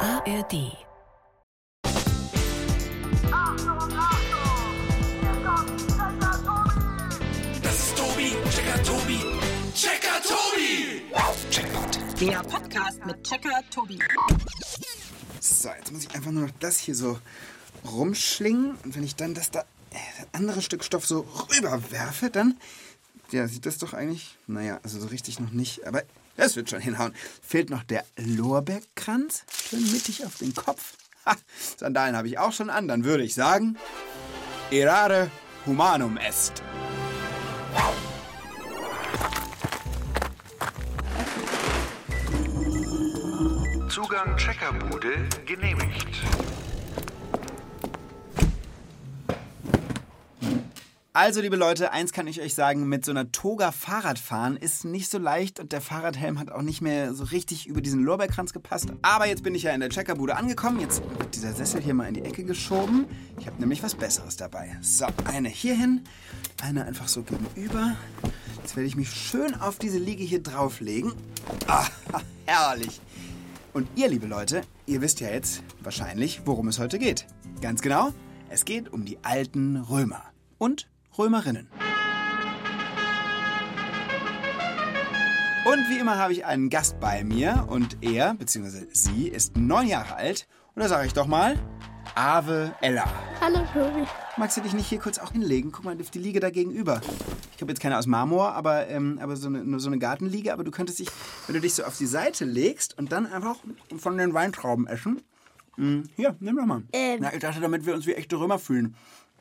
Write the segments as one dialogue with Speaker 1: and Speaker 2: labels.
Speaker 1: ARD.
Speaker 2: Das ist Tobi, Checker Tobi, Checker Tobi! Checkpoint.
Speaker 3: Der Podcast mit Checker Tobi.
Speaker 4: So, jetzt muss ich einfach nur noch das hier so rumschlingen. Und wenn ich dann das da äh, das andere Stück Stoff so rüberwerfe, dann. Ja, sieht das doch eigentlich. Naja, also so richtig noch nicht. Aber das wird schon hinhauen. Fehlt noch der Lorbeerkranz. Schön mittig auf den Kopf. Ha, Sandalen habe ich auch schon an. Dann würde ich sagen: Errare humanum est.
Speaker 5: Zugang Checkerbude genehmigt.
Speaker 4: Also, liebe Leute, eins kann ich euch sagen: Mit so einer Toga Fahrrad fahren ist nicht so leicht und der Fahrradhelm hat auch nicht mehr so richtig über diesen Lorbeerkranz gepasst. Aber jetzt bin ich ja in der Checkerbude angekommen. Jetzt wird dieser Sessel hier mal in die Ecke geschoben. Ich habe nämlich was Besseres dabei. So, eine hierhin, eine einfach so gegenüber. Jetzt werde ich mich schön auf diese Liege hier drauflegen. Ah, herrlich. Und ihr, liebe Leute, ihr wisst ja jetzt wahrscheinlich, worum es heute geht. Ganz genau, es geht um die alten Römer und Römerinnen. Und wie immer habe ich einen Gast bei mir und er, beziehungsweise sie, ist neun Jahre alt. Und da sage ich doch mal, Ave Ella.
Speaker 6: Hallo Tobi.
Speaker 4: Magst du dich nicht hier kurz auch hinlegen? Guck mal, die Liege da gegenüber. Ich habe jetzt keine aus Marmor, aber, ähm, aber so, eine, nur so eine Gartenliege. Aber du könntest dich, wenn du dich so auf die Seite legst und dann einfach von den Weintrauben essen. Mm, hier, nimm doch mal.
Speaker 6: Ähm.
Speaker 4: Na, ich dachte, damit wir uns wie echte Römer fühlen.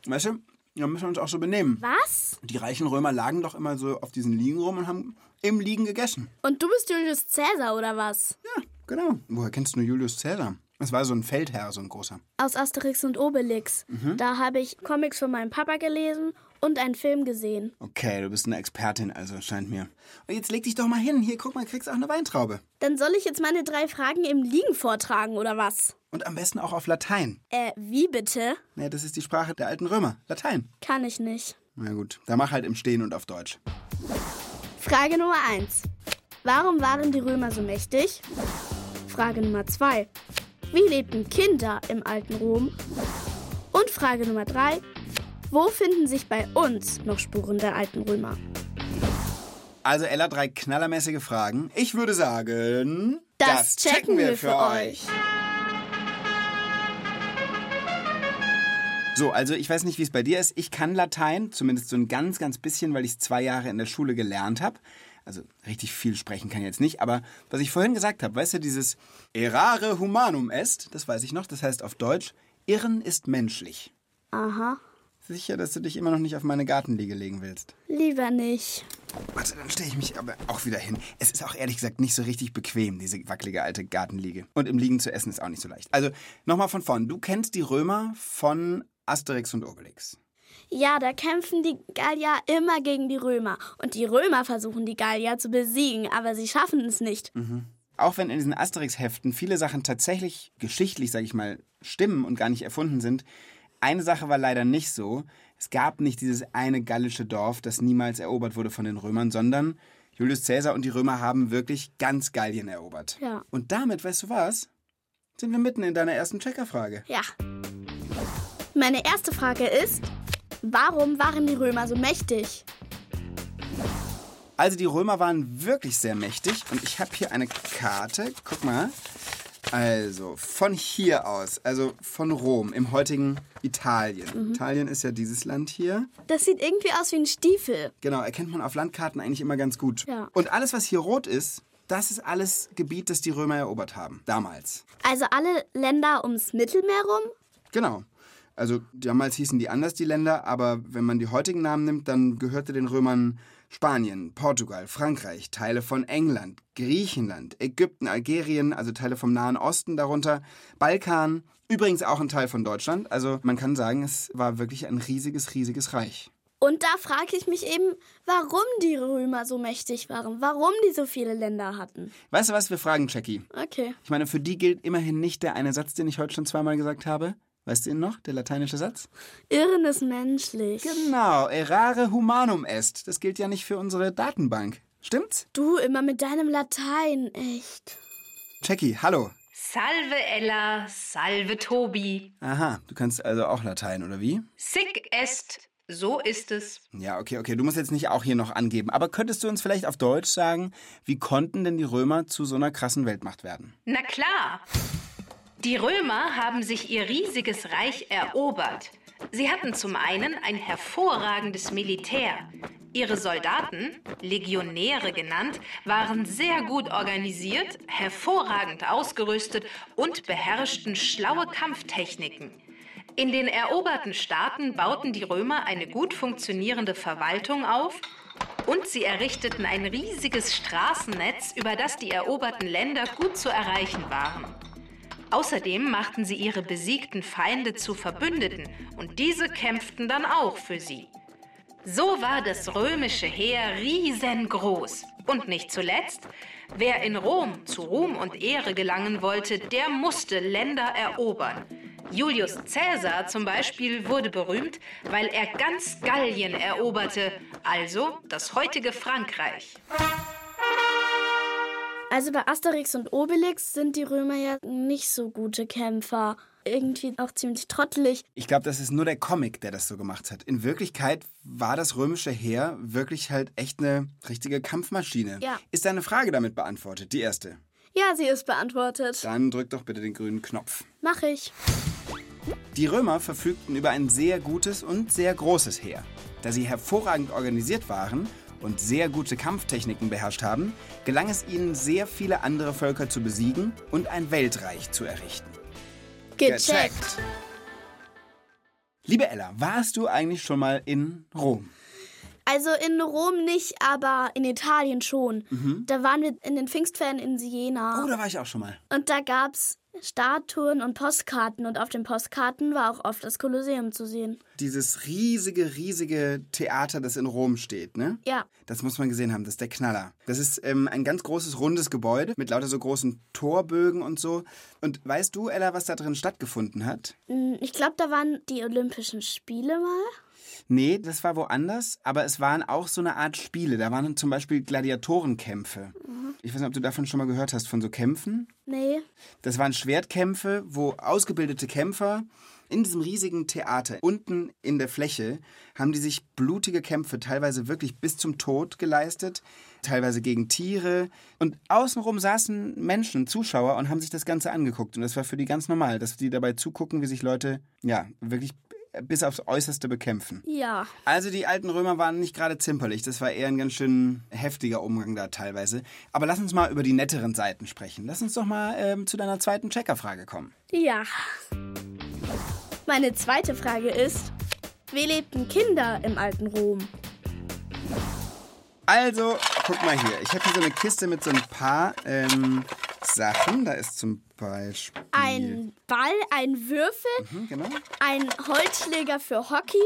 Speaker 4: Weißt du, da müssen wir uns auch so benehmen.
Speaker 6: Was?
Speaker 4: Die reichen Römer lagen doch immer so auf diesen Liegen rum und haben im Liegen gegessen.
Speaker 6: Und du bist Julius Cäsar oder was?
Speaker 4: Ja, genau. Woher kennst du nur Julius Caesar? Das war so ein Feldherr, so ein großer.
Speaker 6: Aus Asterix und Obelix. Da habe ich Comics von meinem Papa gelesen und einen Film gesehen.
Speaker 4: Okay, du bist eine Expertin, also scheint mir. Und jetzt leg dich doch mal hin. Hier, guck mal, kriegst auch eine Weintraube.
Speaker 6: Dann soll ich jetzt meine drei Fragen im Liegen vortragen oder was?
Speaker 4: Und am besten auch auf Latein.
Speaker 6: Äh, wie bitte?
Speaker 4: Ja, das ist die Sprache der alten Römer, Latein.
Speaker 6: Kann ich nicht.
Speaker 4: Na gut, da mach halt im Stehen und auf Deutsch.
Speaker 6: Frage Nummer 1. Warum waren die Römer so mächtig? Frage Nummer 2. Wie lebten Kinder im alten Rom? Und Frage Nummer 3. Wo finden sich bei uns noch Spuren der alten Römer?
Speaker 4: Also Ella, drei knallermäßige Fragen. Ich würde sagen,
Speaker 6: Das checken wir für euch.
Speaker 4: So, also ich weiß nicht, wie es bei dir ist. Ich kann Latein, zumindest so ein ganz, ganz bisschen, weil ich es zwei Jahre in der Schule gelernt habe. Also richtig viel sprechen kann ich jetzt nicht, aber was ich vorhin gesagt habe, weißt du, dieses errare humanum est, das weiß ich noch, das heißt auf Deutsch, irren ist menschlich.
Speaker 6: Aha.
Speaker 4: Sicher, dass du dich immer noch nicht auf meine Gartenliege legen willst.
Speaker 6: Lieber nicht.
Speaker 4: Warte, dann stelle ich mich aber auch wieder hin. Es ist auch ehrlich gesagt nicht so richtig bequem, diese wackelige alte Gartenliege. Und im Liegen zu essen ist auch nicht so leicht. Also nochmal von vorn. Du kennst die Römer von Asterix und Obelix.
Speaker 6: Ja, da kämpfen die Gallier immer gegen die Römer. Und die Römer versuchen die Gallier zu besiegen, aber sie schaffen es nicht.
Speaker 4: Auch wenn in diesen Asterix-Heften viele Sachen tatsächlich geschichtlich, sag ich mal, stimmen und gar nicht erfunden sind, eine Sache war leider nicht so. Es gab nicht dieses eine gallische Dorf, das niemals erobert wurde von den Römern, sondern Julius Caesar und die Römer haben wirklich ganz Gallien erobert.
Speaker 6: Ja.
Speaker 4: Und damit, weißt du was? Sind wir mitten in deiner ersten Checkerfrage.
Speaker 6: Ja. Meine erste Frage ist, warum waren die Römer so mächtig?
Speaker 4: Also die Römer waren wirklich sehr mächtig und ich habe hier eine Karte, guck mal. Also von hier aus, also von Rom im heutigen Italien. Italien ist ja dieses Land hier.
Speaker 6: Das sieht irgendwie aus wie ein Stiefel.
Speaker 4: Genau, erkennt man auf Landkarten eigentlich immer ganz gut.
Speaker 6: Ja.
Speaker 4: Und alles, was hier rot ist, das ist alles Gebiet, das die Römer erobert haben, damals.
Speaker 6: Also alle Länder ums Mittelmeer rum?
Speaker 4: Genau. Also damals hießen die anders, die Länder, aber wenn man die heutigen Namen nimmt, dann gehörte den Römern Spanien, Portugal, Frankreich, Teile von England, Griechenland, Ägypten, Algerien, also Teile vom Nahen Osten darunter, Balkan, übrigens auch ein Teil von Deutschland. Also man kann sagen, es war wirklich ein riesiges, riesiges Reich.
Speaker 6: Und da frage ich mich eben, warum die Römer so mächtig waren, warum die so viele Länder hatten.
Speaker 4: Weißt du was, wir fragen Jackie.
Speaker 6: Okay.
Speaker 4: Ich meine, für die gilt immerhin nicht der eine Satz, den ich heute schon zweimal gesagt habe. Weißt du ihn noch, der lateinische Satz?
Speaker 6: Irren ist menschlich.
Speaker 4: Genau, errare humanum est. Das gilt ja nicht für unsere Datenbank. Stimmt's?
Speaker 6: Du immer mit deinem Latein, echt.
Speaker 4: Jackie, hallo.
Speaker 1: Salve Ella, salve Tobi.
Speaker 4: Aha, du kannst also auch Latein, oder wie?
Speaker 1: Sic est, so ist es.
Speaker 4: Ja, okay, okay. Du musst jetzt nicht auch hier noch angeben. Aber könntest du uns vielleicht auf Deutsch sagen, wie konnten denn die Römer zu so einer krassen Weltmacht werden?
Speaker 1: Na klar. Die Römer haben sich ihr riesiges Reich erobert. Sie hatten zum einen ein hervorragendes Militär. Ihre Soldaten, Legionäre genannt, waren sehr gut organisiert, hervorragend ausgerüstet und beherrschten schlaue Kampftechniken. In den eroberten Staaten bauten die Römer eine gut funktionierende Verwaltung auf und sie errichteten ein riesiges Straßennetz, über das die eroberten Länder gut zu erreichen waren. Außerdem machten sie ihre besiegten Feinde zu Verbündeten und diese kämpften dann auch für sie. So war das römische Heer riesengroß. Und nicht zuletzt, wer in Rom zu Ruhm und Ehre gelangen wollte, der musste Länder erobern. Julius Caesar zum Beispiel wurde berühmt, weil er ganz Gallien eroberte, also das heutige Frankreich.
Speaker 6: Also bei Asterix und Obelix sind die Römer ja nicht so gute Kämpfer. Irgendwie auch ziemlich trottelig.
Speaker 4: Ich glaube, das ist nur der Comic, der das so gemacht hat. In Wirklichkeit war das römische Heer wirklich halt echt eine richtige Kampfmaschine.
Speaker 6: Ja.
Speaker 4: Ist deine Frage damit beantwortet? Die erste.
Speaker 6: Ja, sie ist beantwortet.
Speaker 4: Dann drück doch bitte den grünen Knopf.
Speaker 6: Mach ich.
Speaker 4: Die Römer verfügten über ein sehr gutes und sehr großes Heer. Da sie hervorragend organisiert waren und sehr gute Kampftechniken beherrscht haben, gelang es ihnen, sehr viele andere Völker zu besiegen und ein Weltreich zu errichten.
Speaker 6: Gecheckt.
Speaker 4: Liebe Ella, warst du eigentlich schon mal in Rom?
Speaker 6: Also in Rom nicht, aber in Italien schon. Da waren wir in den Pfingstferien in Siena.
Speaker 4: Oh, da war ich auch schon mal.
Speaker 6: Und da gab's Statuen und Postkarten und auf den Postkarten war auch oft das Kolosseum zu sehen.
Speaker 4: Dieses riesige, riesige Theater, das in Rom steht, ne?
Speaker 6: Ja.
Speaker 4: Das muss man gesehen haben, das ist der Knaller. Das ist ähm, ein ganz großes, rundes Gebäude mit lauter so großen Torbögen und so. Und weißt du, Ella, was da drin stattgefunden hat?
Speaker 6: Mm, Ich glaube, da waren die Olympischen Spiele mal.
Speaker 4: Nee, das war woanders, aber es waren auch so eine Art Spiele. Da waren zum Beispiel Gladiatorenkämpfe. Ich weiß nicht, ob du davon schon mal gehört hast, von so Kämpfen.
Speaker 6: Nee.
Speaker 4: Das waren Schwertkämpfe, wo ausgebildete Kämpfer in diesem riesigen Theater unten in der Fläche haben die sich blutige Kämpfe teilweise wirklich bis zum Tod geleistet, teilweise gegen Tiere und außenrum saßen Menschen, Zuschauer und haben sich das Ganze angeguckt und das war für die ganz normal, dass die dabei zugucken, wie sich Leute ja wirklich bis aufs Äußerste bekämpfen.
Speaker 6: Ja.
Speaker 4: Also die alten Römer waren nicht gerade zimperlich. Das war eher ein ganz schön heftiger Umgang da teilweise. Aber lass uns mal über die netteren Seiten sprechen. Lass uns doch mal ähm, zu deiner zweiten Checkerfrage kommen.
Speaker 6: Ja. Meine zweite Frage ist, wie lebten Kinder im alten Rom?
Speaker 4: Also, guck mal hier. Ich habe hier so eine Kiste mit so ein paar ähm, Sachen. Da ist zum Beispiel...
Speaker 6: Ein Ball, ein Würfel,
Speaker 4: Hm, Genau.
Speaker 6: ein Holzschläger für Hockey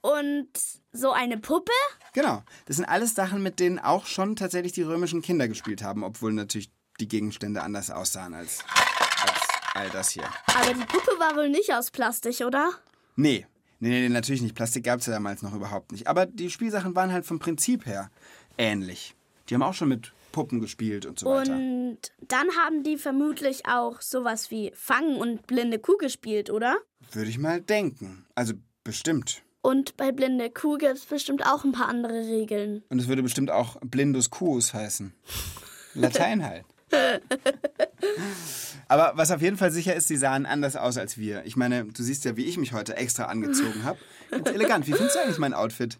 Speaker 6: und so eine Puppe.
Speaker 4: Genau. Das sind alles Sachen, mit denen auch schon tatsächlich die römischen Kinder gespielt haben, obwohl natürlich die Gegenstände anders aussahen als, als all das hier.
Speaker 6: Aber die Puppe war wohl nicht aus Plastik, oder?
Speaker 4: Nee. Nee, nee, nee natürlich nicht. Plastik gab es ja damals noch überhaupt nicht. Aber die Spielsachen waren halt vom Prinzip her ähnlich. Die haben auch schon mit Puppen gespielt und so weiter.
Speaker 6: Und dann haben die vermutlich auch sowas wie Fangen und Blinde Kuh gespielt, oder?
Speaker 4: Würde ich mal denken. Also bestimmt.
Speaker 6: Und bei Blinde Kuh gibt es bestimmt auch ein paar andere Regeln.
Speaker 4: Und es würde bestimmt auch Blindus Cuus heißen. Latein halt. Aber was auf jeden Fall sicher ist, sie sahen anders aus als wir. Ich meine, du siehst ja, wie ich mich heute extra angezogen habe. Ganz elegant. Wie findest du eigentlich mein Outfit?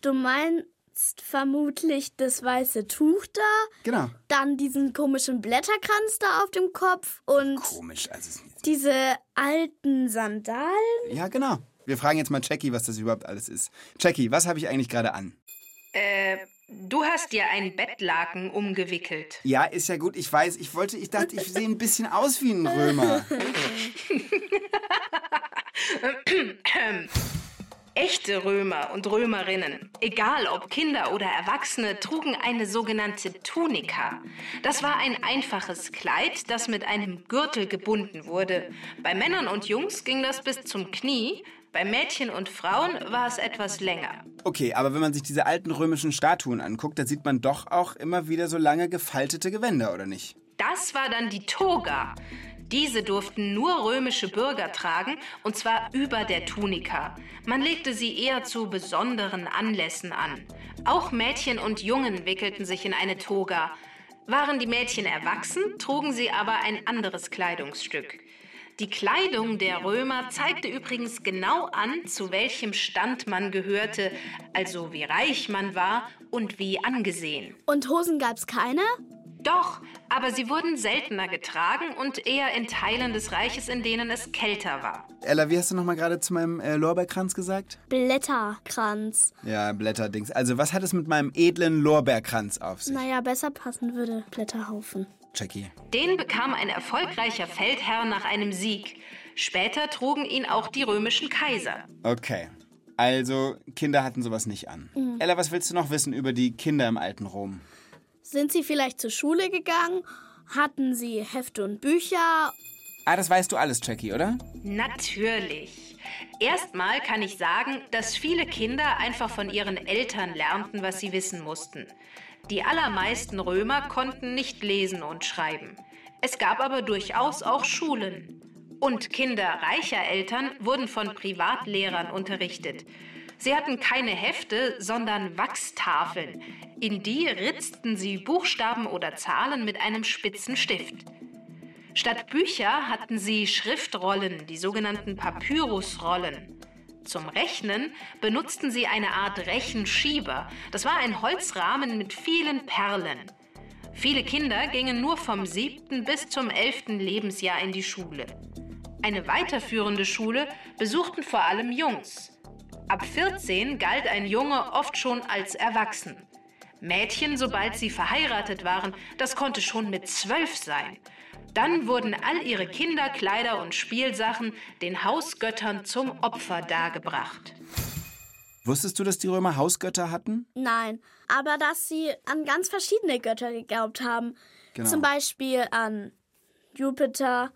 Speaker 6: Du meinst vermutlich das weiße Tuch da,
Speaker 4: Genau.
Speaker 6: dann diesen komischen Blätterkranz da auf dem Kopf und
Speaker 4: Komisch. Also, es ist-
Speaker 6: diese alten Sandalen.
Speaker 4: ja, genau. Wir fragen jetzt mal Jackie, was das überhaupt alles ist. Jackie, was habe ich eigentlich gerade an?
Speaker 1: Äh, du hast dir ein Bettlaken umgewickelt.
Speaker 4: Ja, ist ja gut. Ich weiß, ich wollte, ich dachte, ich sehe ein bisschen aus wie ein Römer.
Speaker 1: Echte Römer und Römerinnen, egal ob Kinder oder Erwachsene, trugen eine sogenannte Tunika. Das war ein einfaches Kleid, das mit einem Gürtel gebunden wurde. Bei Männern und Jungs ging das bis zum Knie, bei Mädchen und Frauen war es etwas länger.
Speaker 4: Okay, aber wenn man sich diese alten römischen Statuen anguckt, da sieht man doch auch immer wieder so lange gefaltete Gewänder, oder nicht?
Speaker 1: Das war dann die Toga. Diese durften nur römische Bürger tragen, und zwar über der Tunika. Man legte sie eher zu besonderen Anlässen an. Auch Mädchen und Jungen wickelten sich in eine Toga. Waren die Mädchen erwachsen, trugen sie aber ein anderes Kleidungsstück. Die Kleidung der Römer zeigte übrigens genau an, zu welchem Stand man gehörte, also wie reich man war und wie angesehen.
Speaker 6: Und Hosen gab's keine?
Speaker 1: Doch, aber sie wurden seltener getragen und eher in Teilen des Reiches, in denen es kälter war.
Speaker 4: Ella, wie hast du nochmal gerade zu meinem äh, Lorbeerkranz gesagt?
Speaker 6: Blätterkranz.
Speaker 4: Ja, Blätterdings. Also, was hat es mit meinem edlen Lorbeerkranz auf sich?
Speaker 6: Naja, besser passen würde Blätterhaufen.
Speaker 4: Jackie.
Speaker 1: Den bekam ein erfolgreicher Feldherr nach einem Sieg. Später trugen ihn auch die römischen Kaiser.
Speaker 4: Okay. Also, Kinder hatten sowas nicht an. Ella, was willst du noch wissen über die Kinder im alten Rom?
Speaker 6: Sind sie vielleicht zur Schule gegangen? Hatten sie Hefte und Bücher?
Speaker 4: Ah, das weißt du alles, Jackie, oder?
Speaker 1: Natürlich. Erstmal kann ich sagen, dass viele Kinder einfach von ihren Eltern lernten, was sie wissen mussten. Die allermeisten Römer konnten nicht lesen und schreiben. Es gab aber durchaus auch Schulen. Und Kinder reicher Eltern wurden von Privatlehrern unterrichtet. Sie hatten keine Hefte, sondern Wachstafeln. In die ritzten sie Buchstaben oder Zahlen mit einem spitzen Stift. Statt Bücher hatten sie Schriftrollen, die sogenannten Papyrusrollen. Zum Rechnen benutzten sie eine Art Rechenschieber. Das war ein Holzrahmen mit vielen Perlen. Viele Kinder gingen nur vom 7. bis zum 11. Lebensjahr in die Schule. Eine weiterführende Schule besuchten vor allem Jungs. Ab 14 galt ein Junge oft schon als erwachsen. Mädchen, sobald sie verheiratet waren, das konnte schon mit zwölf sein. Dann wurden all ihre Kinder, Kleider und Spielsachen den Hausgöttern zum Opfer dargebracht.
Speaker 4: Wusstest du, dass die Römer Hausgötter hatten?
Speaker 6: Nein, aber dass sie an ganz verschiedene Götter geglaubt haben.
Speaker 4: Genau.
Speaker 6: Zum Beispiel an Jupiter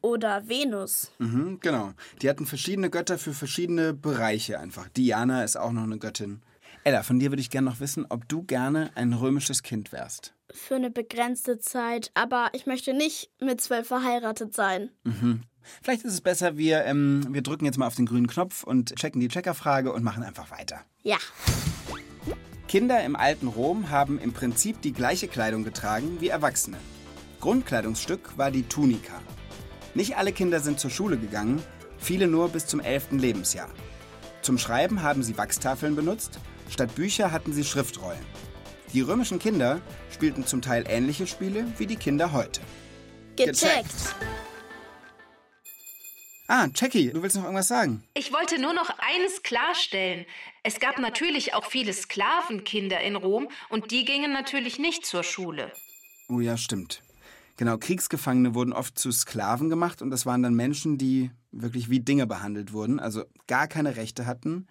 Speaker 6: oder Venus.
Speaker 4: Mhm, genau. Die hatten verschiedene Götter für verschiedene Bereiche einfach. Diana ist auch noch eine Göttin. Ella, von dir würde ich gerne noch wissen, ob du gerne ein römisches Kind wärst.
Speaker 6: Für eine begrenzte Zeit. Aber ich möchte nicht mit zwölf verheiratet sein.
Speaker 4: Vielleicht ist es besser, wir, ähm, wir drücken jetzt mal auf den grünen Knopf und checken die Checkerfrage und machen einfach weiter.
Speaker 6: Ja.
Speaker 4: Kinder im alten Rom haben im Prinzip die gleiche Kleidung getragen wie Erwachsene. Grundkleidungsstück war die Tunika. Nicht alle Kinder sind zur Schule gegangen, viele nur bis zum 11. Lebensjahr. Zum Schreiben haben sie Wachstafeln benutzt, statt Bücher hatten sie Schriftrollen. Die römischen Kinder spielten zum Teil ähnliche Spiele wie die Kinder heute. Gecheckt.
Speaker 6: Gecheckt.
Speaker 4: Ah, Jackie, du willst noch irgendwas sagen?
Speaker 1: Ich wollte nur noch eines klarstellen. Es gab natürlich auch viele Sklavenkinder in Rom und die gingen natürlich nicht zur Schule.
Speaker 4: Oh ja, stimmt. Genau, Kriegsgefangene wurden oft zu Sklaven gemacht und das waren dann Menschen, die wirklich wie Dinge behandelt wurden, also gar keine Rechte hatten.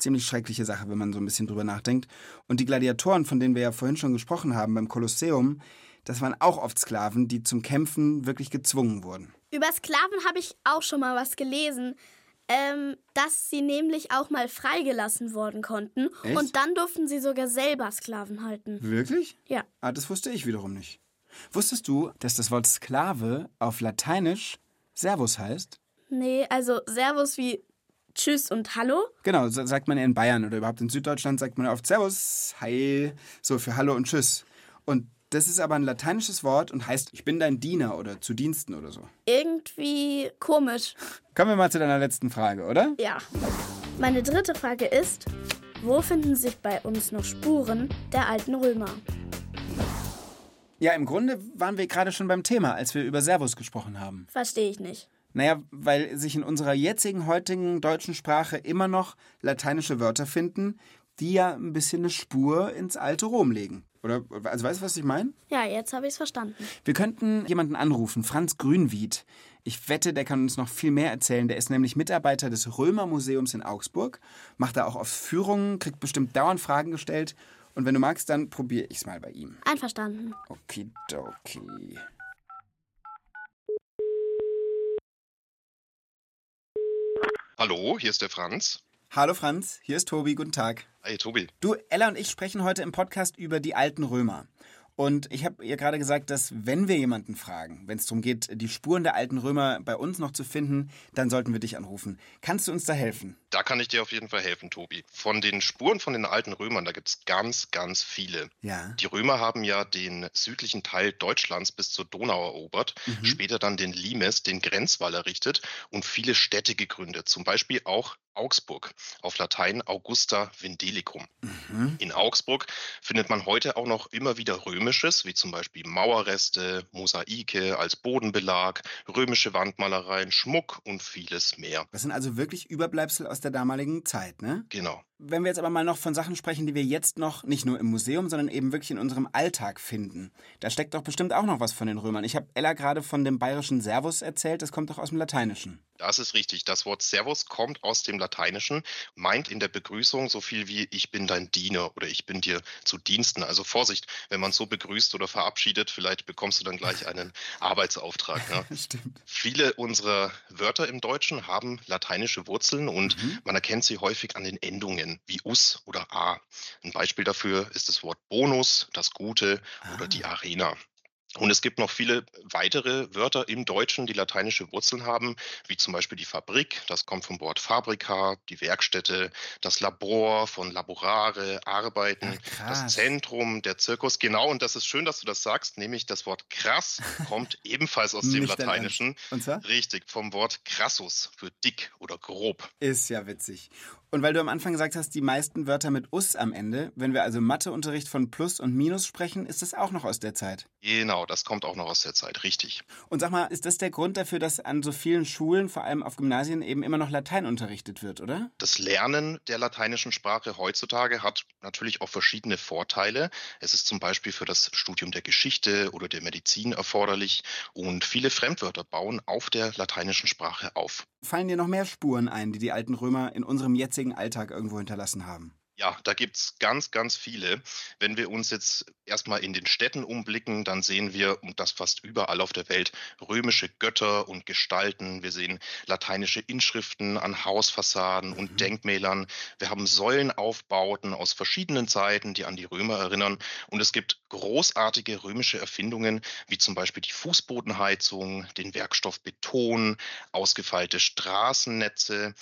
Speaker 4: Ziemlich schreckliche Sache, wenn man so ein bisschen drüber nachdenkt. Und die Gladiatoren, von denen wir ja vorhin schon gesprochen haben beim Kolosseum, das waren auch oft Sklaven, die zum Kämpfen wirklich gezwungen wurden.
Speaker 6: Über Sklaven habe ich auch schon mal was gelesen. Ähm, dass sie nämlich auch mal freigelassen worden konnten.
Speaker 4: Echt?
Speaker 6: Und dann durften sie sogar selber Sklaven halten.
Speaker 4: Wirklich?
Speaker 6: Ja.
Speaker 4: Ah, das wusste ich wiederum nicht. Wusstest du, dass das Wort Sklave auf Lateinisch Servus heißt?
Speaker 6: Nee, also Servus wie Tschüss und Hallo.
Speaker 4: Genau, so sagt man in Bayern oder überhaupt in Süddeutschland sagt man oft Servus, Hi, so für Hallo und Tschüss. Und das ist aber ein lateinisches Wort und heißt Ich bin dein Diener oder zu Diensten oder so.
Speaker 6: Irgendwie komisch.
Speaker 4: Kommen wir mal zu deiner letzten Frage, oder?
Speaker 6: Ja. Meine dritte Frage ist, wo finden sich bei uns noch Spuren der alten Römer?
Speaker 4: Ja, im Grunde waren wir gerade schon beim Thema, als wir über Servus gesprochen haben.
Speaker 6: Verstehe ich nicht.
Speaker 4: Naja, weil sich in unserer jetzigen, heutigen deutschen Sprache immer noch lateinische Wörter finden, die ja ein bisschen eine Spur ins alte Rom legen. Oder, also weißt du, was ich meine?
Speaker 6: Ja, jetzt habe ich es verstanden.
Speaker 4: Wir könnten jemanden anrufen, Franz Grünwied. Ich wette, der kann uns noch viel mehr erzählen. Der ist nämlich Mitarbeiter des Römermuseums in Augsburg, macht da auch oft Führungen, kriegt bestimmt dauernd Fragen gestellt. Und wenn du magst, dann probiere ich's mal bei ihm.
Speaker 6: Einverstanden.
Speaker 4: Okidoki.
Speaker 7: Hallo, hier ist der Franz.
Speaker 4: Hallo Franz, hier ist Tobi, guten Tag.
Speaker 7: Hey Tobi.
Speaker 4: Du, Ella und ich sprechen heute im Podcast über die alten Römer. Und ich habe ihr gerade gesagt, dass wenn wir jemanden fragen, wenn es darum geht, die Spuren der alten Römer bei uns noch zu finden, dann sollten wir dich anrufen. Kannst du uns da helfen?
Speaker 7: Da kann ich dir auf jeden Fall helfen, Tobi. Von den Spuren von den alten Römern, da gibt es ganz, ganz viele.
Speaker 4: Ja.
Speaker 7: Die Römer haben ja den südlichen Teil Deutschlands bis zur Donau erobert, später dann den Limes, den Grenzwall errichtet und viele Städte gegründet, zum Beispiel auch Augsburg, auf Latein Augusta Vindelicum. In Augsburg findet man heute auch noch immer wieder römisches, wie zum Beispiel Mauerreste, Mosaike als Bodenbelag, römische Wandmalereien, Schmuck und vieles mehr.
Speaker 4: Das sind also wirklich Überbleibsel aus der damaligen Zeit, ne?
Speaker 7: Genau.
Speaker 4: Wenn wir jetzt aber mal noch von Sachen sprechen, die wir jetzt noch nicht nur im Museum, sondern eben wirklich in unserem Alltag finden. Da steckt doch bestimmt auch noch was von den Römern. Ich habe Ella gerade von dem bayerischen Servus erzählt, das kommt doch aus dem Lateinischen.
Speaker 7: Das ist richtig. Das Wort Servus kommt aus dem Lateinischen, meint in der Begrüßung so viel wie ich bin dein Diener oder ich bin dir zu Diensten. Also Vorsicht, wenn man so begrüßt oder verabschiedet, vielleicht bekommst du dann gleich einen Arbeitsauftrag. Ne?
Speaker 4: Stimmt.
Speaker 7: Viele unserer Wörter im Deutschen haben lateinische Wurzeln und man erkennt sie häufig an den Endungen wie us oder a. Ein Beispiel dafür ist das Wort Bonus, das Gute oder die Arena. Und es gibt noch viele weitere Wörter im Deutschen, die lateinische Wurzeln haben, wie zum Beispiel die Fabrik, das kommt vom Wort Fabrica, die Werkstätte, das Labor von Laborare, Arbeiten,
Speaker 4: Ach, krass.
Speaker 7: das Zentrum, der Zirkus. Genau, und das ist schön, dass du das sagst, nämlich das Wort krass kommt ebenfalls aus dem
Speaker 4: Nicht dein
Speaker 7: Lateinischen.
Speaker 4: Ernst. Und zwar?
Speaker 7: Richtig, vom Wort crassus für dick oder grob.
Speaker 4: Ist ja witzig. Und weil du am Anfang gesagt hast, die meisten Wörter mit us am Ende, wenn wir also Matheunterricht von Plus und Minus sprechen, ist das auch noch aus der Zeit.
Speaker 7: Genau, das kommt auch noch aus der Zeit, richtig.
Speaker 4: Und sag mal, ist das der Grund dafür, dass an so vielen Schulen, vor allem auf Gymnasien, eben immer noch Latein unterrichtet wird, oder?
Speaker 7: Das Lernen der lateinischen Sprache heutzutage hat natürlich auch verschiedene Vorteile. Es ist zum Beispiel für das Studium der Geschichte oder der Medizin erforderlich und viele Fremdwörter bauen auf der lateinischen Sprache auf.
Speaker 4: Fallen dir noch mehr Spuren ein, die die alten Römer in unserem jetzigen Alltag irgendwo hinterlassen haben?
Speaker 7: Ja, da gibt es ganz, ganz viele. Wenn wir uns jetzt erstmal in den Städten umblicken, dann sehen wir, und das fast überall auf der Welt, römische Götter und Gestalten. Wir sehen lateinische Inschriften an Hausfassaden und Denkmälern. Wir haben Säulenaufbauten aus verschiedenen Zeiten, die an die Römer erinnern. Und es gibt großartige römische Erfindungen, wie zum Beispiel die Fußbodenheizung, den Werkstoff Beton, ausgefeilte Straßennetze,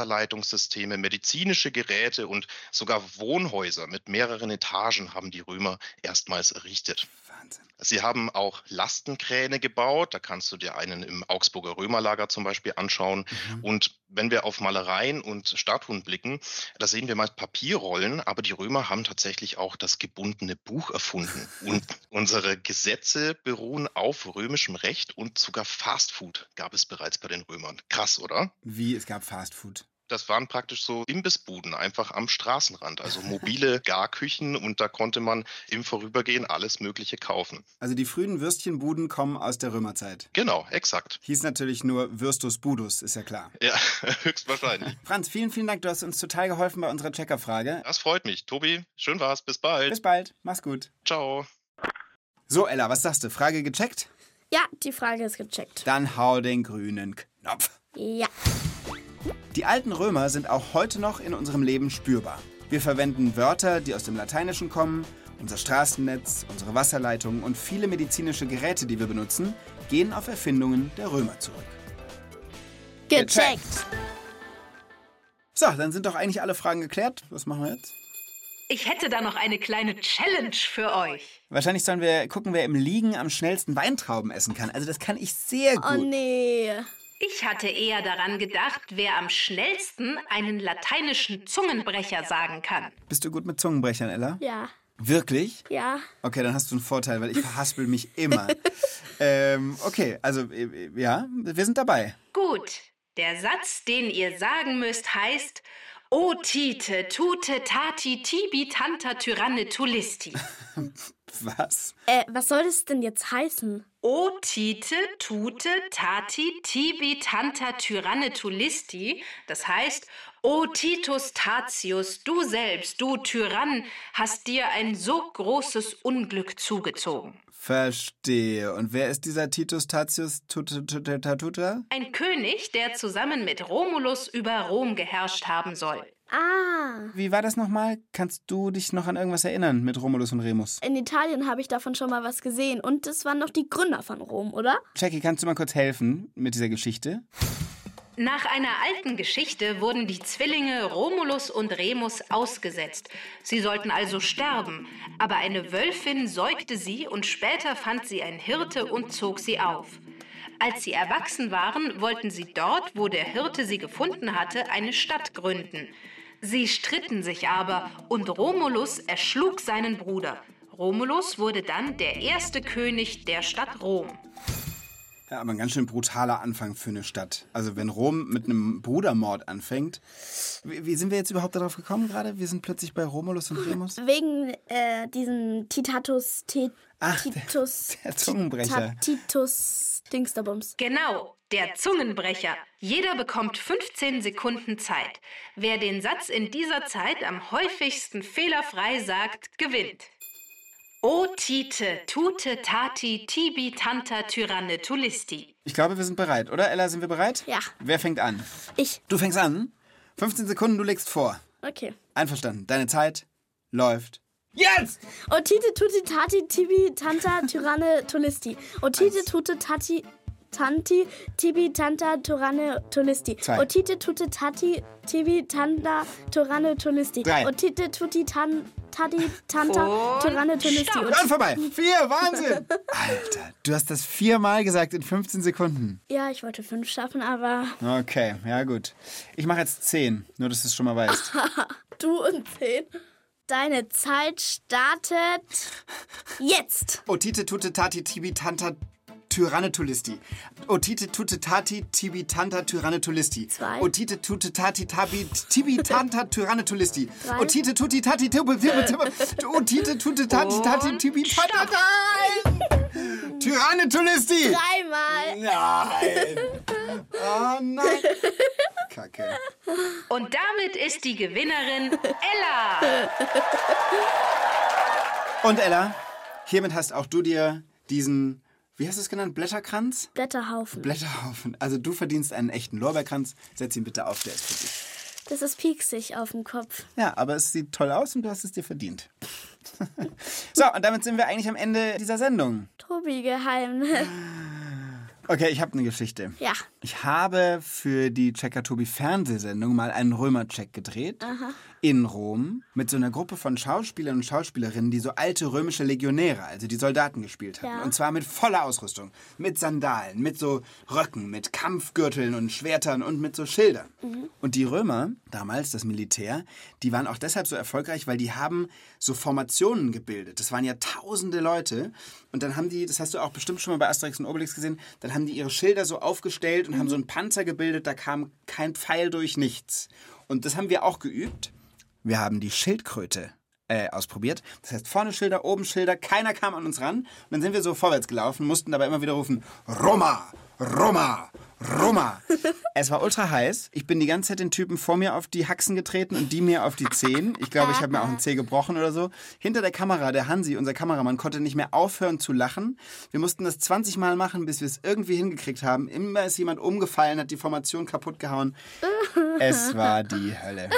Speaker 7: Wasserleitungssysteme, medizinische Geräte und sogar Wohnhäuser mit mehreren Etagen haben die Römer erstmals errichtet.
Speaker 4: Wahnsinn.
Speaker 7: Sie haben auch Lastenkräne gebaut, da kannst du dir einen im Augsburger Römerlager zum Beispiel anschauen. Und wenn wir auf Malereien und Statuen blicken, da sehen wir mal Papierrollen, aber die Römer haben tatsächlich auch das gebundene Buch erfunden. Und unsere Gesetze beruhen auf römischem Recht und sogar Fastfood gab es bereits bei den Römern. Krass, oder?
Speaker 4: Wie, es gab Fastfood.
Speaker 7: Das waren praktisch so Imbissbuden einfach am Straßenrand, also mobile Garküchen und da konnte man im Vorübergehen alles Mögliche kaufen.
Speaker 4: Also die frühen Würstchenbuden kommen aus der Römerzeit.
Speaker 7: Genau, exakt.
Speaker 4: Hieß natürlich nur Würstus Budus, ist ja klar.
Speaker 7: Ja, höchstwahrscheinlich.
Speaker 4: Franz, vielen, vielen Dank, du hast uns total geholfen bei unserer Checkerfrage.
Speaker 7: Das freut mich. Tobi, schön war's. Bis bald.
Speaker 4: Bis bald, mach's gut.
Speaker 7: Ciao.
Speaker 4: So, Ella, was sagst du? Frage gecheckt?
Speaker 6: Ja, die Frage ist gecheckt.
Speaker 4: Dann hau den grünen Knopf.
Speaker 6: Ja.
Speaker 4: Die alten Römer sind auch heute noch in unserem Leben spürbar. Wir verwenden Wörter, die aus dem Lateinischen kommen. Unser Straßennetz, unsere Wasserleitungen und viele medizinische Geräte, die wir benutzen, gehen auf Erfindungen der Römer zurück.
Speaker 6: Gecheckt.
Speaker 4: So, dann sind doch eigentlich alle Fragen geklärt. Was machen wir jetzt?
Speaker 1: Ich hätte da noch eine kleine Challenge für euch.
Speaker 4: Wahrscheinlich sollen wir gucken, wer im Liegen am schnellsten Weintrauben essen kann. Also das kann ich sehr gut.
Speaker 6: Oh nee.
Speaker 1: Ich hatte eher daran gedacht, wer am schnellsten einen lateinischen Zungenbrecher sagen kann.
Speaker 4: Bist du gut mit Zungenbrechern, Ella?
Speaker 6: Ja.
Speaker 4: Wirklich?
Speaker 6: Ja.
Speaker 4: Okay, dann hast du einen Vorteil, weil ich verhaspel mich immer. ähm, okay, also äh, ja, wir sind dabei.
Speaker 1: Gut, der Satz, den ihr sagen müsst, heißt O Tite, Tute, Tati, Tibi, Tanta, Tyranne, Tulisti.
Speaker 4: Was?
Speaker 6: Äh, was soll das denn jetzt heißen?
Speaker 1: O Tite, Tute, Tati, Tibi, Tanta, Tyranne, Tulisti. Das heißt, O Titus Tatius, du selbst, du Tyrann, hast dir ein so großes Unglück zugezogen.
Speaker 4: Verstehe. Und wer ist dieser Titus Tatius Tatuta?
Speaker 1: Ein König, der zusammen mit Romulus über Rom geherrscht haben soll.
Speaker 6: Ah.
Speaker 4: Wie war das nochmal? Kannst du dich noch an irgendwas erinnern mit Romulus und Remus?
Speaker 6: In Italien habe ich davon schon mal was gesehen. Und das waren noch die Gründer von Rom, oder?
Speaker 4: Jackie, kannst du mal kurz helfen mit dieser Geschichte?
Speaker 1: Nach einer alten Geschichte wurden die Zwillinge Romulus und Remus ausgesetzt. Sie sollten also sterben, aber eine Wölfin säugte sie und später fand sie ein Hirte und zog sie auf. Als sie erwachsen waren, wollten sie dort, wo der Hirte sie gefunden hatte, eine Stadt gründen. Sie stritten sich aber und Romulus erschlug seinen Bruder. Romulus wurde dann der erste König der Stadt Rom.
Speaker 4: Ja, aber ein ganz schön brutaler Anfang für eine Stadt. Also wenn Rom mit einem Brudermord anfängt. Wie, wie sind wir jetzt überhaupt darauf gekommen gerade? Wir sind plötzlich bei Romulus und Remus.
Speaker 6: Wegen äh, diesem Titatus. Ti-
Speaker 4: Ach, der-
Speaker 6: Titus.
Speaker 4: der Zungenbrecher.
Speaker 6: Tita- Titus. Dingsterbums.
Speaker 1: Genau, der Zungenbrecher. Jeder bekommt 15 Sekunden Zeit. Wer den Satz in dieser Zeit am häufigsten fehlerfrei sagt, gewinnt. O Tite, Tute, Tati, Tibi, Tanta, Tyranne, Tulisti.
Speaker 4: Ich glaube, wir sind bereit, oder? Ella, sind wir bereit?
Speaker 6: Ja.
Speaker 4: Wer fängt an?
Speaker 6: Ich.
Speaker 4: Du fängst an. 15 Sekunden, du legst vor.
Speaker 6: Okay.
Speaker 4: Einverstanden. Deine Zeit läuft. Jetzt!
Speaker 6: Otite, Tuti, Tati, Tibi, Tanta, Tyranne, Tolisti. Otite, Tute, Tati, Tanti, Tibi, Tanta, Tyranne, Tolisti.
Speaker 4: Zwei.
Speaker 6: Otite, Tute, Tati, Tibi, Tanta, Tyranne, Tolisti.
Speaker 4: Drei.
Speaker 6: Otite, Tuti, Tan, Tati, Tanta,
Speaker 1: Und
Speaker 6: Tyranne, Tolisti.
Speaker 1: stopp.
Speaker 4: Dann vorbei. Vier, Wahnsinn! Alter, du hast das viermal gesagt in 15 Sekunden.
Speaker 6: Ja, ich wollte fünf schaffen, aber
Speaker 4: Okay, ja gut. Ich mache jetzt 10, nur dass du es schon mal weißt.
Speaker 6: du und zehn. Deine Zeit startet jetzt.
Speaker 4: Otite tute tati tibi tanta tyrannetulisti. Otite tute tati tibi tanta tyrannetulisti.
Speaker 6: Zwei.
Speaker 4: Otite tute tati tabi tibi tanta tyrannetulisti.
Speaker 6: Drei.
Speaker 4: Otite tuti tati tibi tibi tibi. Otite tute tati tati tibi tanta Nein! Tyrannetulisti.
Speaker 6: Dreimal.
Speaker 4: Nein! Oh nein! Kacke.
Speaker 1: Und damit ist die Gewinnerin Ella.
Speaker 4: Und Ella, hiermit hast auch du dir diesen, wie hast du es genannt, Blätterkranz?
Speaker 6: Blätterhaufen.
Speaker 4: Blätterhaufen. Also du verdienst einen echten Lorbeerkranz. Setz ihn bitte auf, der ist für dich.
Speaker 6: Das ist pieksig auf dem Kopf.
Speaker 4: Ja, aber es sieht toll aus und du hast es dir verdient. so, und damit sind wir eigentlich am Ende dieser Sendung.
Speaker 6: Tobi Geheimnis.
Speaker 4: Okay, ich habe eine Geschichte.
Speaker 6: Ja.
Speaker 4: Ich habe für die Checker Tobi Fernsehsendung mal einen Römercheck gedreht in Rom mit so einer Gruppe von Schauspielern und Schauspielerinnen, die so alte römische Legionäre, also die Soldaten gespielt hatten.
Speaker 6: Ja.
Speaker 4: Und zwar mit voller Ausrüstung, mit Sandalen, mit so Röcken, mit Kampfgürteln und Schwertern und mit so Schildern. Und die Römer, damals das Militär, die waren auch deshalb so erfolgreich, weil die haben so Formationen gebildet. Das waren ja tausende Leute. Und dann haben die, das hast du auch bestimmt schon mal bei Asterix und Obelix gesehen, dann haben die ihre Schilder so aufgestellt und haben so einen Panzer gebildet, da kam kein Pfeil durch nichts. Und das haben wir auch geübt. Wir haben die Schildkröte äh, ausprobiert. Das heißt, vorne Schilder, oben Schilder, keiner kam an uns ran. Und dann sind wir so vorwärts gelaufen, mussten dabei immer wieder rufen, Roma, Roma, Roma. es war ultra heiß. Ich bin die ganze Zeit den Typen vor mir auf die Haxen getreten und die mir auf die Zehen. Ich glaube, ich habe mir auch einen Zeh gebrochen oder so. Hinter der Kamera, der Hansi, unser Kameramann, konnte nicht mehr aufhören zu lachen. Wir mussten das 20 Mal machen, bis wir es irgendwie hingekriegt haben. Immer ist jemand umgefallen, hat die Formation kaputt gehauen. Es war die Hölle.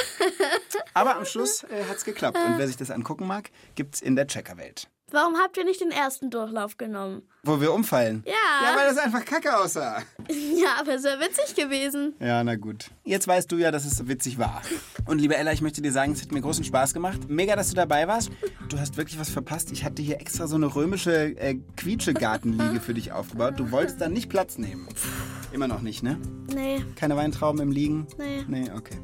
Speaker 4: Aber am Schluss äh, hat es geklappt. Und wer sich das angucken mag, gibt's in der Checkerwelt.
Speaker 6: Warum habt ihr nicht den ersten Durchlauf genommen?
Speaker 4: Wo wir umfallen.
Speaker 6: Ja.
Speaker 4: Ja, weil das einfach kacke aussah.
Speaker 6: Ja, aber es wäre witzig gewesen.
Speaker 4: Ja, na gut. Jetzt weißt du ja, dass es witzig war. Und liebe Ella, ich möchte dir sagen, es hat mir großen Spaß gemacht. Mega, dass du dabei warst. Du hast wirklich was verpasst. Ich hatte hier extra so eine römische äh, Quietschegartenliege für dich aufgebaut. Du wolltest da nicht Platz nehmen. Immer noch nicht, ne?
Speaker 6: Nee.
Speaker 4: Keine Weintrauben im Liegen?
Speaker 6: Nee.
Speaker 4: Nee, okay.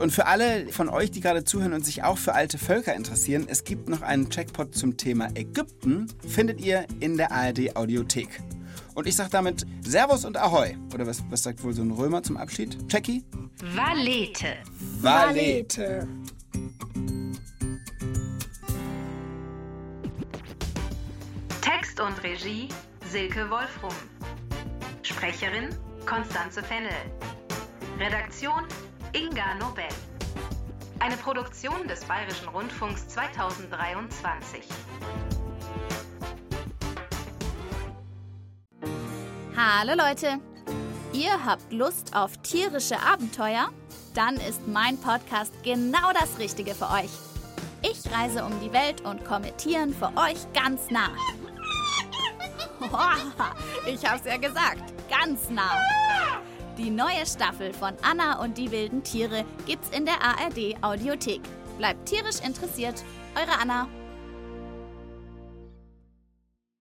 Speaker 4: Und für alle von euch, die gerade zuhören und sich auch für alte Völker interessieren, es gibt noch einen Checkpot zum Thema Ägypten, findet ihr in der ARD Audiothek. Und ich sag damit Servus und Ahoi. Oder was, was sagt wohl so ein Römer zum Abschied? Checky?
Speaker 1: Valete.
Speaker 6: Valete.
Speaker 1: Text und Regie Silke Wolfrum. Sprecherin Konstanze Fennel. Redaktion Inga Nobel. Eine Produktion des Bayerischen Rundfunks 2023.
Speaker 8: Hallo Leute! Ihr habt Lust auf tierische Abenteuer? dann ist mein Podcast genau das Richtige für euch. Ich reise um die Welt und kommentieren für euch ganz nah. Hohoha, ich hab's ja gesagt, ganz nah. Die neue Staffel von Anna und die wilden Tiere gibt's in der ARD Audiothek. Bleibt tierisch interessiert, eure Anna.